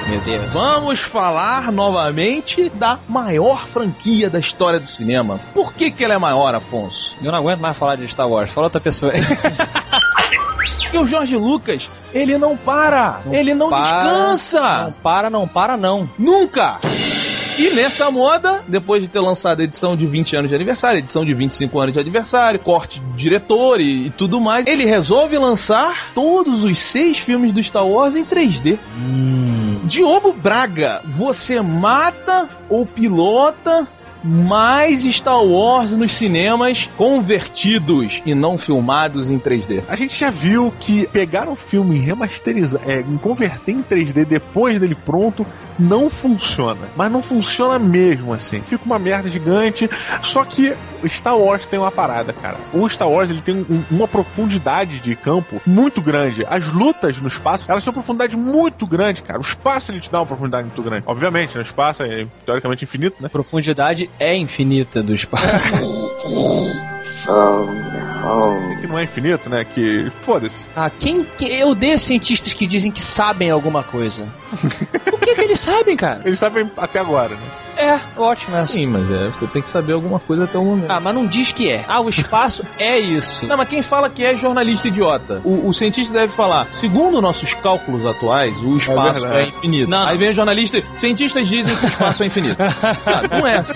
Speaker 5: Meu Deus.
Speaker 4: Vamos falar novamente da maior franquia da história do cinema. Por que, que ela é maior, Afonso?
Speaker 5: Eu não aguento mais falar de Star Wars. Fala outra pessoa. aí.
Speaker 4: Porque o Jorge Lucas, ele não para, ele não
Speaker 5: para,
Speaker 4: descansa.
Speaker 5: Não Ah, para, não para, não.
Speaker 4: Nunca! E nessa moda, depois de ter lançado a edição de 20 anos de aniversário, edição de 25 anos de aniversário, corte de diretor e, e tudo mais, ele resolve lançar todos os seis filmes do Star Wars em 3D.
Speaker 5: Hum.
Speaker 4: Diogo Braga, você mata ou pilota mais Star Wars nos cinemas convertidos e não filmados em 3D?
Speaker 3: A gente já viu que pegar um filme e remasterizar, é, em converter em 3D depois dele pronto, não funciona. Mas não funciona mesmo assim. Fica uma merda gigante. Só que Star Wars tem uma parada, cara. O Star Wars ele tem um- uma profundidade de campo muito grande. As lutas no espaço, elas têm uma profundidade muito grande, cara. O espaço ele te dá uma profundidade muito grande. Obviamente, né? o espaço é teoricamente infinito, né?
Speaker 5: A profundidade é infinita do espaço.
Speaker 3: Que não é infinito, né? Que foda-se.
Speaker 5: Ah, quem. que- Eu odeio cientistas que dizem que sabem alguma coisa. o que que eles sabem, cara?
Speaker 3: Eles sabem até agora, né?
Speaker 5: É, ótimo essa.
Speaker 4: Sim, mas é, você tem que saber alguma coisa até o momento.
Speaker 5: Ah, mas não diz que é. Ah, o espaço é isso.
Speaker 4: Não, mas quem fala que é jornalista idiota? O, o cientista deve falar, segundo nossos cálculos atuais, o espaço
Speaker 3: verdade.
Speaker 4: é, infinito.
Speaker 5: Não,
Speaker 4: Aí
Speaker 5: não.
Speaker 4: vem o jornalista, cientistas dizem que o espaço é infinito. Sabe, não é assim.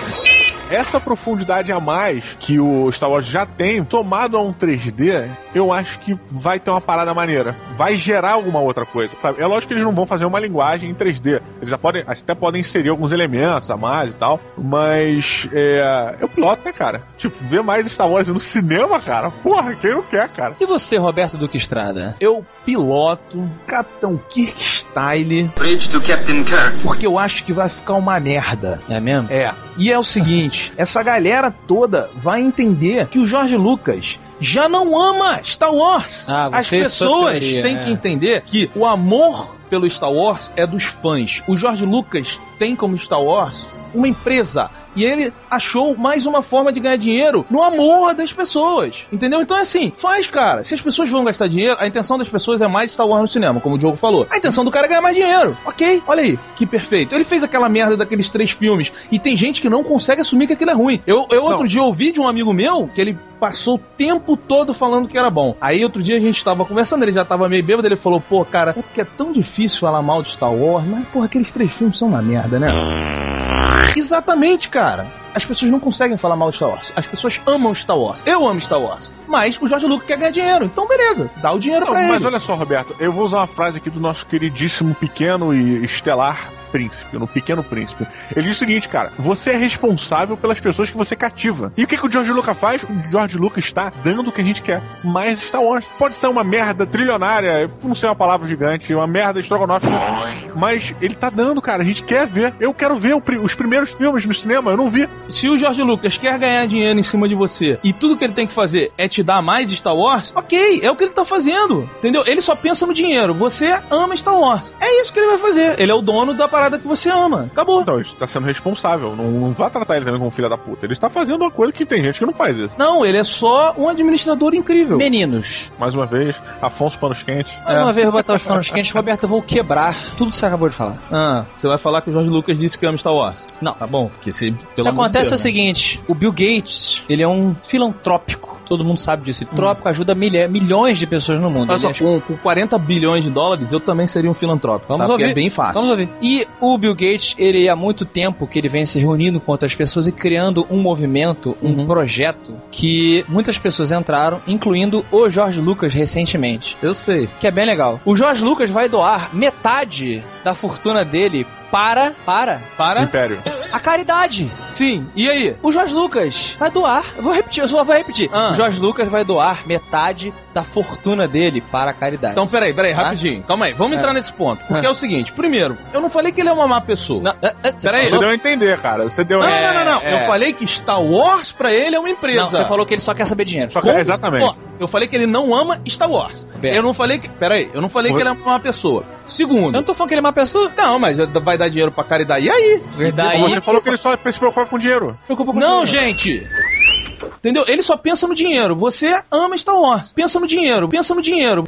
Speaker 3: Essa profundidade a mais que o Star Wars já tem, tomado a um 3D, eu acho que vai ter uma parada maneira. Vai gerar alguma outra coisa, sabe? É lógico que eles não vão fazer uma linguagem em 3D. Eles já podem, até podem inserir alguns elementos a mais e tal, mas é, é o piloto, né, cara? Tipo, ver mais Star Wars no cinema, cara, porra, quem não quer, cara?
Speaker 5: E você, Roberto Duque Estrada?
Speaker 4: Eu piloto Capitão Kirk Style,
Speaker 6: Bridge to Captain Kirk.
Speaker 4: porque eu acho que vai ficar uma merda.
Speaker 5: É mesmo?
Speaker 4: É. E é o seguinte, essa galera toda vai entender que o Jorge Lucas já não ama Star Wars.
Speaker 5: Ah,
Speaker 4: As
Speaker 5: você só
Speaker 4: pessoas
Speaker 5: teria,
Speaker 4: têm
Speaker 5: é.
Speaker 4: que entender que o amor pelo Star Wars é dos fãs. O Jorge Lucas tem como Star Wars uma empresa. E ele achou mais uma forma de ganhar dinheiro no amor das pessoas. Entendeu? Então é assim, faz, cara. Se as pessoas vão gastar dinheiro, a intenção das pessoas é mais Star Wars no cinema, como o Diogo falou. A intenção do cara é ganhar mais dinheiro. Ok, olha aí, que perfeito. Ele fez aquela merda daqueles três filmes. E tem gente que não consegue assumir que aquilo é ruim. Eu, eu outro dia ouvi de um amigo meu que ele passou o tempo todo falando que era bom. Aí outro dia a gente tava conversando, ele já tava meio bêbado, ele falou, pô, cara, é porque é tão difícil falar mal de Star Wars, mas porra, aqueles três filmes são uma merda, né? Exatamente, cara. As pessoas não conseguem falar mal de Star Wars. As pessoas amam Star Wars. Eu amo Star Wars. Mas o Jorge Lucas quer ganhar dinheiro. Então, beleza. Dá o dinheiro
Speaker 3: Não,
Speaker 4: pra
Speaker 3: mas
Speaker 4: ele.
Speaker 3: olha só, Roberto, eu vou usar uma frase aqui do nosso queridíssimo pequeno e estelar príncipe, no Pequeno Príncipe. Ele diz o seguinte, cara, você é responsável pelas pessoas que você cativa. E o que, que o George Lucas faz? O George Lucas está dando o que a gente quer. Mais Star Wars. Pode ser uma merda trilionária, não sei uma palavra gigante, uma merda estrogonófica, mas ele tá dando, cara. A gente quer ver. Eu quero ver o pri- os primeiros filmes no cinema, eu não vi.
Speaker 4: Se o Jorge Lucas quer ganhar dinheiro em cima de você e tudo que ele tem que fazer é te dar mais Star Wars, ok, é o que ele tá fazendo. Entendeu? Ele só pensa no dinheiro. Você ama Star Wars. É isso que ele vai fazer. Ele é o dono da parada que você ama. Acabou.
Speaker 3: Então, ele está sendo responsável. Não, não vá tratar ele também como filha da puta. Ele está fazendo uma coisa que tem gente que não faz isso.
Speaker 4: Não, ele é só um administrador incrível.
Speaker 5: Meninos,
Speaker 3: Mais uma vez, Afonso Panos Quentes.
Speaker 5: mais uma vez eu vou botar os panos quentes, Roberto, eu vou quebrar tudo que você acabou de falar.
Speaker 4: Ah, você vai falar que o Jorge Lucas disse que ama Star Wars.
Speaker 5: Não.
Speaker 4: Tá bom, porque se.
Speaker 5: O
Speaker 4: Pelo
Speaker 5: que
Speaker 4: amor de
Speaker 5: acontece é o
Speaker 4: Deus, né?
Speaker 5: seguinte: o Bill Gates, ele é um filantrópico. Todo mundo sabe disso. Ele trópico ajuda milha- milhões de pessoas no mundo.
Speaker 4: Olha
Speaker 5: Ele é
Speaker 4: só, com, com 40 bilhões de dólares, eu também seria um filantrópico.
Speaker 5: Vamos
Speaker 4: tá? Porque
Speaker 5: ouvir.
Speaker 4: É bem fácil.
Speaker 5: Vamos ouvir. E o Bill Gates, ele há muito tempo que ele vem se reunindo com outras pessoas e criando um movimento, um
Speaker 4: Uhum.
Speaker 5: projeto que muitas pessoas entraram, incluindo o Jorge Lucas recentemente.
Speaker 4: Eu sei.
Speaker 5: Que é bem legal. O Jorge Lucas vai doar metade da fortuna dele para. para.
Speaker 4: Para?
Speaker 3: Império.
Speaker 5: a caridade.
Speaker 4: Sim. E aí?
Speaker 5: O Jorge Lucas vai doar. Eu vou repetir, eu só vou repetir.
Speaker 4: Ah.
Speaker 5: O Jorge Lucas vai doar metade da fortuna dele para a caridade.
Speaker 4: Então, peraí, peraí,
Speaker 5: Tá?
Speaker 4: rapidinho. Calma aí, vamos
Speaker 5: É.
Speaker 4: entrar nesse ponto. Porque
Speaker 5: É.
Speaker 4: é o seguinte: primeiro, eu não falei que ele é uma má pessoa.
Speaker 5: Não, é, é, você
Speaker 4: Peraí,
Speaker 3: Você
Speaker 5: falou-
Speaker 3: deu a entender, cara. Você deu
Speaker 4: Não,
Speaker 3: a
Speaker 4: não, não, não, não.
Speaker 5: é.
Speaker 4: Eu falei que Star Wars pra ele é uma empresa.
Speaker 5: Não, você falou que ele só quer saber dinheiro.
Speaker 3: Só que,
Speaker 4: Com
Speaker 3: exatamente.
Speaker 4: Star Wars. Eu falei que ele não ama Star Wars.
Speaker 5: Bem.
Speaker 4: Eu não falei que. Peraí, eu não falei
Speaker 3: Oi.
Speaker 4: que ele é uma má pessoa. Segundo.
Speaker 5: Eu não tô falando que ele é uma pessoa.
Speaker 4: Não, mas vai dar dinheiro pra caridade. E aí?
Speaker 5: Verdade.
Speaker 3: Você falou que ele só se preocupava com dinheiro.
Speaker 5: preocupa com
Speaker 4: Não,
Speaker 5: dinheiro.
Speaker 4: gente! Entendeu? Ele só pensa no dinheiro. Você ama Star Wars. Pensa no dinheiro, pensa no dinheiro.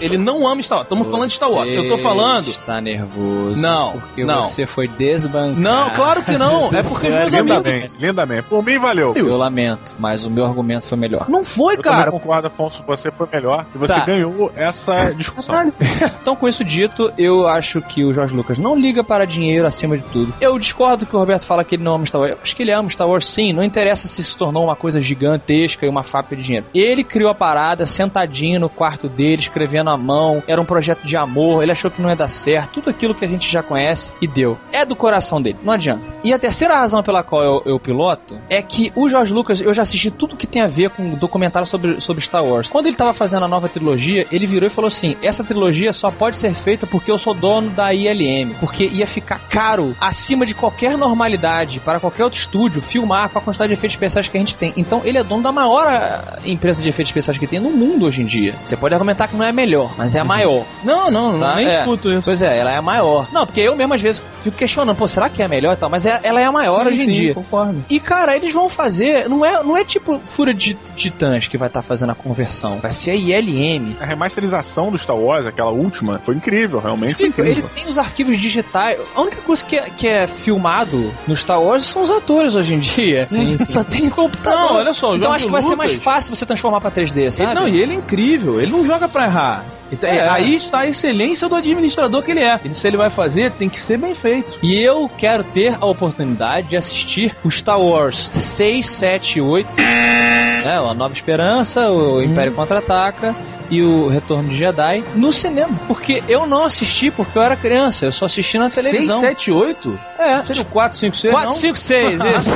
Speaker 4: Ele não ama Star Wars. Estamos falando de Star Wars. Eu tô falando.
Speaker 5: Está nervoso.
Speaker 4: Não,
Speaker 5: Porque
Speaker 4: não.
Speaker 5: você foi desbancado.
Speaker 4: Não, claro que não. É porque os meus amigos.
Speaker 3: Lindamente, lindamente. Por mim, valeu.
Speaker 5: Eu lamento, mas o meu argumento foi melhor.
Speaker 4: Não foi,
Speaker 3: Eu
Speaker 4: cara.
Speaker 3: também concordo, Afonso, você foi melhor e você
Speaker 5: Tá.
Speaker 3: ganhou essa discussão.
Speaker 5: Então, com isso dito, eu acho que o Jorge Lucas não liga para dinheiro acima de tudo. Eu discordo que o Roberto fala que ele não ama Star Wars. Eu acho que ele ama Star Wars sim, não interessa se se tornou uma coisa gigantesca e uma fábrica de dinheiro. Ele criou a parada sentadinho no quarto dele, escrevendo à mão. Era um projeto de amor, ele achou que não ia dar certo. Tudo aquilo que a gente já conhece e deu. É do coração dele, não adianta. E a terceira razão pela qual eu, eu piloto é que o Jorge Lucas, eu já assisti tudo que tem a ver com documentário sobre, sobre Star Wars. Quando ele tava fazendo a nova trilogia, ele virou e falou assim: essa trilogia só pode ser feita porque eu sou dono da ILM. Porque ia ficar caro, acima de qualquer normalidade, para qualquer outro estúdio, filmar com a quantidade de efeitos especiais que a gente tem. Então ele é dono da maior ah, empresa de efeitos especiais que tem no mundo hoje em dia. Você pode argumentar que não é a melhor, mas é a maior.
Speaker 4: Não, não, não
Speaker 5: Tá,
Speaker 4: nem
Speaker 5: é.
Speaker 4: escuto isso.
Speaker 5: Pois é, ela é a maior. Não, porque eu mesmo às vezes fico questionando, pô, será que é a melhor e tal? Mas é- ela é a maior hoje em
Speaker 4: Sim, sim,
Speaker 5: dia.
Speaker 4: Concordo.
Speaker 5: E, cara, eles vão fazer. Não é, não é tipo Fura de Titãs que vai estar fazendo a conversão. Vai ser a ILM.
Speaker 3: A remasterização do Star Wars, aquela última, foi incrível, realmente foi incrível.
Speaker 5: Ele tem os arquivos digitais. A única coisa que é, que é filmado no Star Wars são os atores hoje em dia.
Speaker 4: Sim, sim.
Speaker 5: Só tem computador.
Speaker 4: Não, olha só, o
Speaker 5: Então
Speaker 4: Jorge
Speaker 5: acho que vai ser mais
Speaker 4: Lucas-
Speaker 5: fácil você transformar pra 3D,
Speaker 4: Ele-
Speaker 5: sabe?
Speaker 4: não, e ele é incrível. Ele não joga pra errar. Então, é, Aí está a excelência do administrador que ele é. Ele, se ele vai fazer, tem que ser bem feito.
Speaker 5: E eu quero ter a oportunidade de assistir o Star Wars 6, 7 e 8, né, A Nova Esperança, o
Speaker 4: Hum.
Speaker 5: Império Contra-Ataca e o Retorno de Jedi no cinema. Porque eu não assisti porque eu era criança, eu só assisti na
Speaker 4: 6,
Speaker 5: televisão.
Speaker 4: 7, 8?
Speaker 5: É.
Speaker 4: Seria o 4, 5, 6,
Speaker 5: 4, 5, 6, isso.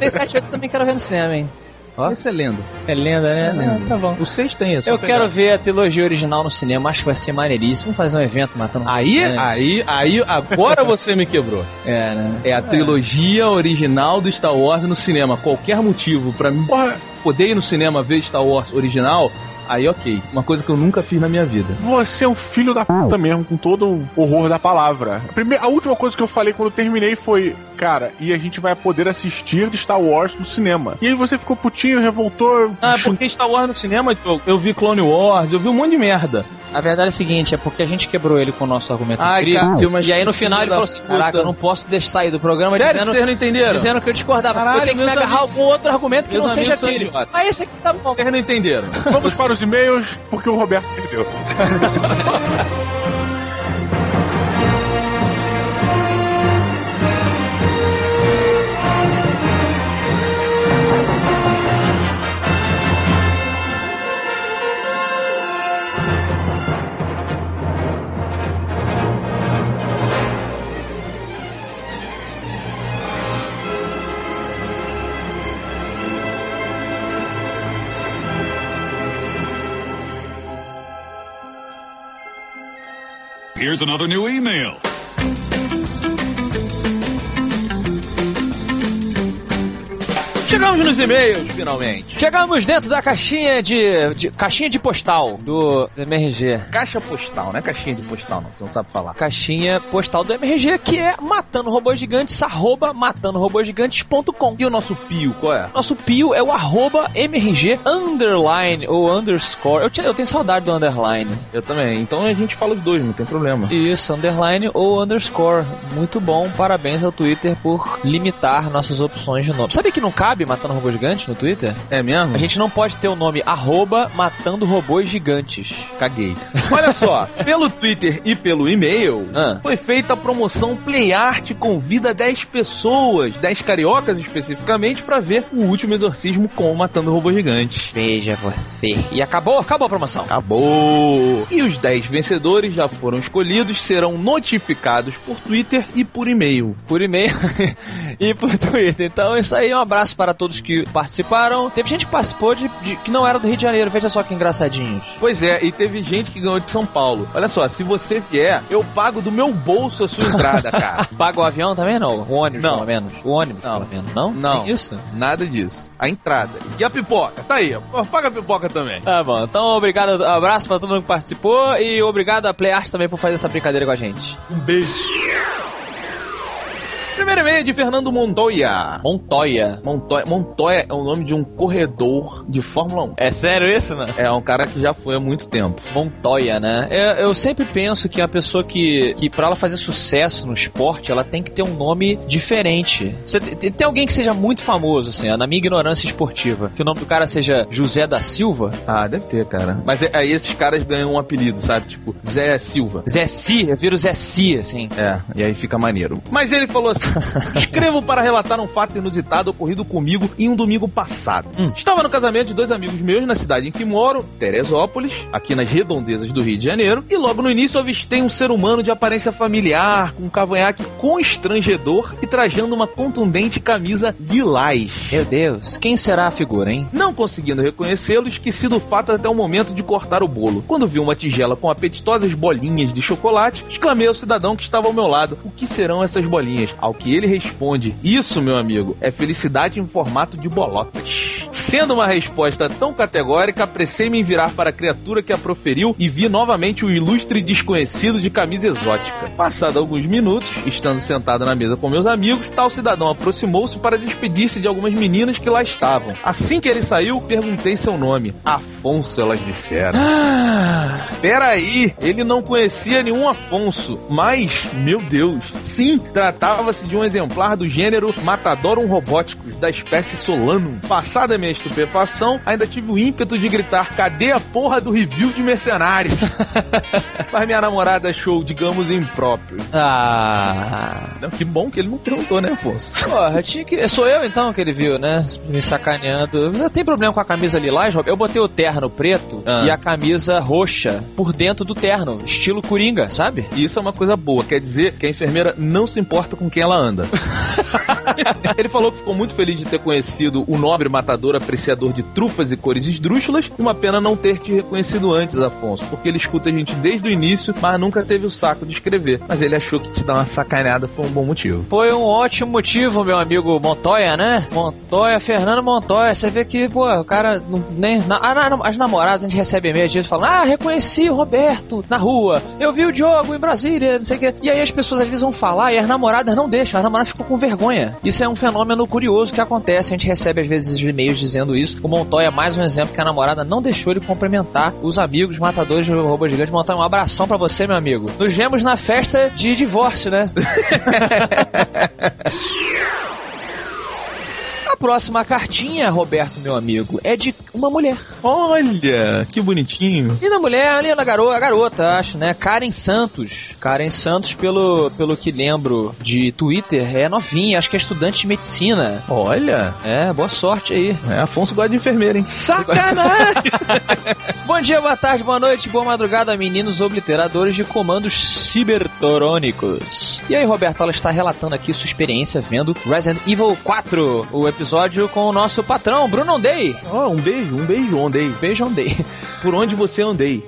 Speaker 5: 6, 7, 8 também quero ver no cinema, hein?
Speaker 4: não? Esse é lenda.
Speaker 5: É lenda, né? Ah, tá bom.
Speaker 4: O 6 tem, é só
Speaker 5: Eu
Speaker 4: pegar.
Speaker 5: quero ver a trilogia original no cinema, acho que vai ser maneiríssimo. Vamos fazer um evento matando
Speaker 4: Aí, é-
Speaker 5: gigantes.
Speaker 4: aí, aí, agora você me quebrou.
Speaker 5: É, né?
Speaker 4: É a trilogia original do Star Wars no cinema. Qualquer motivo pra mim
Speaker 3: Porra,
Speaker 4: poder ir no cinema ver Star Wars original, aí ok. Uma coisa que eu nunca fiz na minha vida.
Speaker 3: você é um filho da puta mesmo, com todo o horror da palavra. A, primeira, a última coisa que eu falei quando eu terminei foi, cara, e a gente vai poder assistir de Star Wars no cinema. E aí você ficou putinho, revoltou.
Speaker 4: Ah,
Speaker 3: chu-
Speaker 4: porque Star Wars no cinema, eu, eu vi Clone Wars, eu vi um monte de merda.
Speaker 5: A verdade é a seguinte, é porque a gente quebrou ele com o nosso argumento
Speaker 4: Ai,
Speaker 5: incrível.
Speaker 4: cara, mas
Speaker 5: e aí no final ele
Speaker 4: filho da
Speaker 5: falou assim,
Speaker 4: puta.
Speaker 5: caraca, eu não posso deixar sair do programa
Speaker 4: Sério que
Speaker 5: dizendo...
Speaker 4: vocês não entenderam?
Speaker 5: Dizendo que eu discordava,
Speaker 4: Caralho,
Speaker 5: eu tenho que me
Speaker 4: meus
Speaker 5: agarrar
Speaker 4: amigos-
Speaker 5: com outro argumento que
Speaker 4: meus
Speaker 5: não seja
Speaker 4: amigos são
Speaker 5: aquele.
Speaker 4: idiotas.
Speaker 5: Mas esse aqui tá bom.
Speaker 4: Vocês não entenderam.
Speaker 3: Vamos para os e-mails, porque o Roberto perdeu.
Speaker 8: Here's another new email.
Speaker 4: Chegamos nos e-mails, finalmente.
Speaker 5: Chegamos dentro da caixinha de, de- caixinha de postal do, do MRG.
Speaker 4: Caixa postal, não é caixinha de postal, não. Você não sabe falar.
Speaker 5: Caixinha postal do MRG, que é matando robôs gigantes, arroba matandorobogigantes.com.
Speaker 4: E o nosso pio, qual é?
Speaker 5: Nosso pio é o arroba MRG underline ou underscore. Eu, tinha- eu tenho saudade do underline.
Speaker 4: Eu também. Então a gente fala os dois, não tem problema.
Speaker 5: Isso, underline ou underscore. Muito bom, parabéns ao Twitter por limitar nossas opções de nome. Sabe que não cabe matando robôs gigantes no Twitter?
Speaker 4: É mesmo?
Speaker 5: A gente não pode ter o nome arroba matando robôs gigantes.
Speaker 4: Caguei. Olha só, pelo Twitter e pelo e-mail,
Speaker 5: Ah.
Speaker 4: foi feita a promoção Play Art convida 10 pessoas, 10 cariocas especificamente, pra ver o último exorcismo com o Matando Robô Gigante.
Speaker 5: Veja você. E acabou, acabou a promoção.
Speaker 4: Acabou! E os 10 vencedores já foram escolhidos, serão notificados por Twitter e por e-mail.
Speaker 5: Por e-mail e por Twitter. Então é isso aí, um abraço para todos que participaram. Teve gente que participou de, de- que não era do Rio de Janeiro, veja só que engraçadinhos.
Speaker 4: Pois é, e teve gente que ganhou de São Paulo. Olha só, se você vier, eu pago do meu bolso a sua entrada, cara.
Speaker 5: Paga o avião também não? O ônibus,
Speaker 4: Não.
Speaker 5: pelo menos. O ônibus,
Speaker 4: Não.
Speaker 5: pelo menos. Não?
Speaker 4: Não.
Speaker 5: Tem Isso?
Speaker 4: Nada disso. A entrada. E a pipoca? Tá aí, ó. paga a pipoca também.
Speaker 5: Tá bom, então obrigado, abraço pra todo mundo que participou e obrigado a PlayArt também por fazer essa brincadeira com a gente.
Speaker 4: Um beijo. Primeiro e-mail é de Fernando Montoya.
Speaker 5: Montoya.
Speaker 4: Montoya. Montoya é o nome de um corredor de Fórmula 1.
Speaker 5: É sério isso, mano?
Speaker 4: É um cara que já foi há muito tempo.
Speaker 5: Montoya, né? Eu, eu sempre penso que a pessoa que, que para ela fazer sucesso no esporte, ela tem que ter um nome diferente. Você te- te- tem alguém que seja muito famoso, assim, ó, na minha ignorância esportiva, que o nome do cara seja José da Silva,
Speaker 4: Ah, deve ter, cara. Mas é- aí esses caras ganham um apelido, sabe? Tipo, Zé Silva.
Speaker 5: Zé Si, eu viro Zé Si, assim.
Speaker 4: É, e aí fica maneiro. Mas ele falou assim: escrevo para relatar um fato inusitado ocorrido comigo em um domingo passado.
Speaker 5: Hum.
Speaker 4: Estava no casamento de dois amigos meus na cidade em que moro, Teresópolis, aqui nas redondezas do Rio de Janeiro, e logo no início avistei um ser humano de aparência familiar, com um cavanhaque constrangedor e trajando uma contundente camisa lilás.
Speaker 5: Meu Deus, quem será a figura, hein?
Speaker 4: Não conseguindo reconhecê-lo, esqueci do fato até o momento de cortar o bolo. Quando vi uma tigela com apetitosas bolinhas de chocolate, exclamei ao cidadão que estava ao meu lado: O que serão essas bolinhas? Ao que ele responde: Isso, meu amigo, é felicidade em formato de bolotas. Sendo uma resposta tão categórica, apressei-me em virar para a criatura que a proferiu e vi novamente o ilustre desconhecido de camisa exótica. Passado alguns minutos, estando sentado na mesa com meus amigos, tal cidadão aproximou-se para despedir-se de algumas meninas que lá estavam. Assim que ele saiu, perguntei seu nome. Afonso, elas disseram. Peraí, ele não conhecia nenhum Afonso, mas, meu Deus, sim, tratava-se posse de um exemplar do gênero Matadorum roboticus, da espécie Solanum. Passada minha estupefação, ainda tive o ímpeto de gritar: cadê a porra do review de mercenários? Mas minha namorada achou, digamos, impróprio.
Speaker 5: Ah.
Speaker 4: Não, Que bom que ele não perguntou, né, Afonso?
Speaker 5: Porra, tinha que. Sou eu então que ele viu, né? Me sacaneando. Não tem problema com a camisa lilás, Rob? Eu botei o terno preto
Speaker 4: Ah.
Speaker 5: e a camisa roxa por dentro do terno, estilo coringa, sabe?
Speaker 4: E isso é uma coisa boa, quer dizer que a enfermeira não se importa com quem ela anda. Ele falou que ficou muito feliz de ter conhecido o nobre matador apreciador de trufas e cores esdrúxulas, e uma pena não ter te reconhecido antes, Afonso, porque ele escuta a gente desde o início, mas nunca teve o saco de escrever. Mas ele achou que te dar uma sacaneada foi um bom motivo.
Speaker 5: Foi um ótimo motivo, meu amigo Montoya, né? Montoya, Fernando Montoya. Você vê que, pô, o cara não, nem. na- ah, na- as namoradas a gente recebe e-mail, a gente fala, ah, reconheci o Roberto na rua. Eu vi o Diogo em Brasília, não sei o quê. E aí as pessoas às vezes vão falar e as namoradas não deixam, as namoradas ficam com vergonha. Isso é um fenômeno curioso que acontece. A gente recebe às vezes e-mails dizendo isso. O Montoya é mais um exemplo que a namorada não deixou ele cumprimentar os amigos matadores do robô gigante. Montoya, um abração pra você, meu amigo. Nos vemos na festa de divórcio, né? A próxima cartinha, Roberto, meu amigo, é de uma mulher.
Speaker 4: Olha, que bonitinho.
Speaker 5: E da mulher, ali na garota, a garota, acho, né? Karen Santos. Karen Santos, pelo, pelo que lembro de Twitter, é novinha, acho que é estudante de medicina.
Speaker 4: Olha,
Speaker 5: É, boa sorte aí.
Speaker 4: é, Afonso gosta de enfermeira, hein?
Speaker 5: Sacanagem! Bom dia, boa tarde, boa noite, boa madrugada, meninos obliteradores de comandos cibertorônicos. E aí, Roberto, ela está relatando aqui sua experiência vendo Resident Evil 4, o episódio com o nosso patrão, Bruno Day.
Speaker 4: Ó, um beijo, um beijo, ondei.
Speaker 5: Beijão Day.
Speaker 4: Por onde você andei?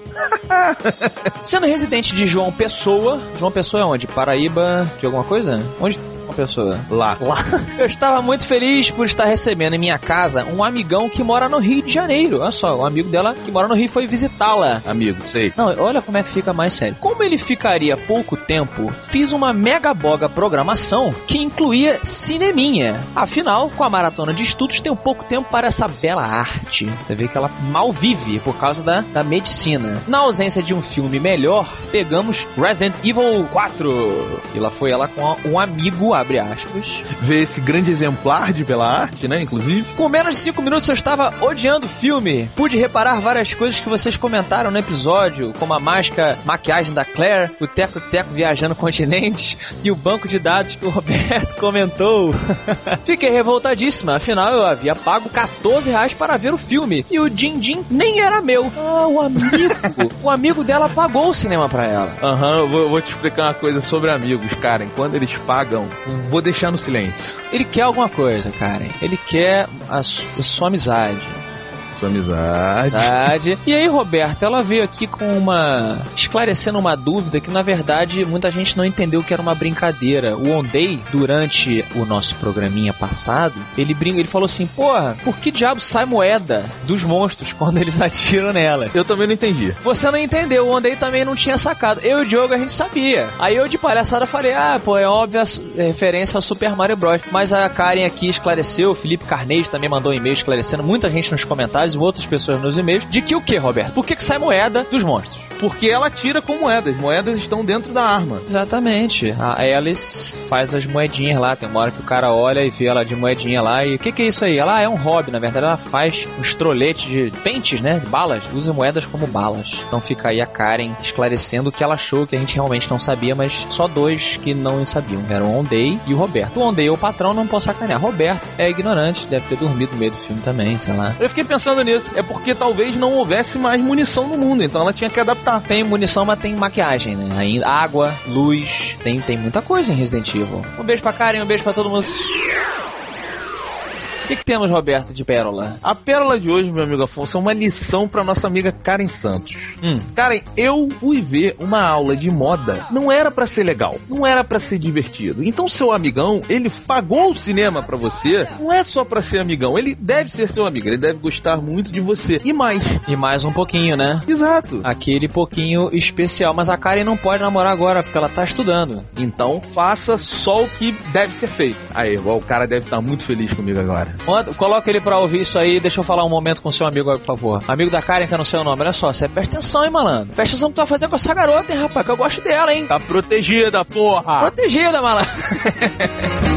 Speaker 5: Sendo residente de João Pessoa, João Pessoa é onde? Paraíba de alguma coisa? Onde fica João Pessoa?
Speaker 4: Lá.
Speaker 5: Lá. Eu estava muito feliz por estar recebendo em minha casa um amigão que mora no Rio de Janeiro. Olha só, um amigo dela que mora no Rio foi visitá-la.
Speaker 4: Amigo, sei.
Speaker 5: Não, olha como é que fica mais sério. Como ele ficaria pouco tempo, fiz uma mega boga programação que incluía cineminha. Afinal, com a maratona de estudos, tem um pouco tempo para essa bela arte. Você vê que ela mal vive por causa da, da medicina. Na ausência de um filme melhor, pegamos Resident Evil 4. E lá foi ela com a- um amigo, abre aspas,
Speaker 4: Ver esse grande exemplar de bela arte, né, inclusive.
Speaker 5: com menos de 5 minutos eu estava odiando o filme. Pude reparar várias coisas que vocês comentaram no episódio, como a máscara, maquiagem da Claire, o Teco Teco viajando continentes e o banco de dados que o Roberto comentou. Fiquei revoltadíssima, afinal eu havia pago 14 reais para ver o filme e o Din Din nem era meu. Ah, o amigo, o amigo dela pagou o cinema pra ela.
Speaker 4: Aham, eu vou, eu vou te explicar uma coisa sobre amigos, cara. Quando eles pagam, vou deixar no silêncio.
Speaker 5: Ele quer alguma coisa, Karen. Ele quer a su- a sua amizade.
Speaker 4: Sua amizade.
Speaker 5: Verdade. E aí, Roberto, ela veio aqui com uma. esclarecendo uma dúvida que, na verdade, muita gente não entendeu que era uma brincadeira. O Ondei, durante o nosso programinha passado, ele brinca, ele falou assim: porra, por que diabo sai moeda dos monstros quando eles atiram nela?
Speaker 4: Eu também não entendi.
Speaker 5: Você não entendeu, o Ondei também não tinha sacado. Eu e o Diogo a gente sabia. Aí eu de palhaçada falei, ah, pô, é óbvia su- referência ao Super Mario Bros. Mas a Karen aqui esclareceu, o Felipe Carneiro também mandou um e-mail esclarecendo, muita gente nos comentários e outras pessoas nos e-mails, de que o que, Roberto? Por que, que sai moeda dos monstros?
Speaker 4: Porque ela tira com moedas. Moedas estão dentro da arma.
Speaker 5: Exatamente. A Alice faz as moedinhas lá. Tem uma hora que o cara olha e vê ela de moedinha lá. E o que, que é isso aí? Ela ah, é um hobby, na verdade. Ela faz uns troletes de pentes, né? De balas. Usa moedas como balas. Então fica aí a Karen esclarecendo o que ela achou, que a gente realmente não sabia, mas só dois que não sabiam. Eram o Ondei e o Roberto. O Ondei é o patrão, não posso sacanear. Roberto é ignorante, deve ter dormido no meio do filme também, sei lá.
Speaker 4: Eu fiquei pensando nisso. É porque talvez não houvesse mais munição no mundo, então ela tinha que adaptar.
Speaker 5: Tem munição, mas tem maquiagem, né? Ainda água, luz, tem, tem muita coisa em Resident Evil. Um beijo pra Karen, um beijo pra todo mundo. O que, que temos, Roberto, de pérola?
Speaker 4: A pérola de hoje, meu amigo Afonso, é uma lição pra nossa amiga Karen Santos.
Speaker 5: Hum.
Speaker 4: Karen, eu fui ver uma aula de moda. Não era pra ser legal, não era pra ser divertido. Então seu amigão, ele pagou o cinema pra você. Não é só pra ser amigão, ele deve ser seu amigo, ele deve gostar muito de você e mais.
Speaker 5: E mais um pouquinho, né?
Speaker 4: Exato.
Speaker 5: Aquele pouquinho especial. Mas a Karen não pode namorar agora, porque ela tá estudando.
Speaker 4: Então faça só o que deve ser feito. Aí, ó, o cara deve estar muito feliz comigo agora.
Speaker 5: Manda- coloca ele pra ouvir isso aí. Deixa eu falar um momento com seu amigo, por favor. Amigo da Karen, que eu não sei o nome. Olha só, você presta atenção, hein, malandro. Presta atenção no que tu vai fazer com essa garota, hein, rapaz. Que eu gosto dela, hein.
Speaker 4: Tá protegida, porra!
Speaker 5: Protegida, malandro.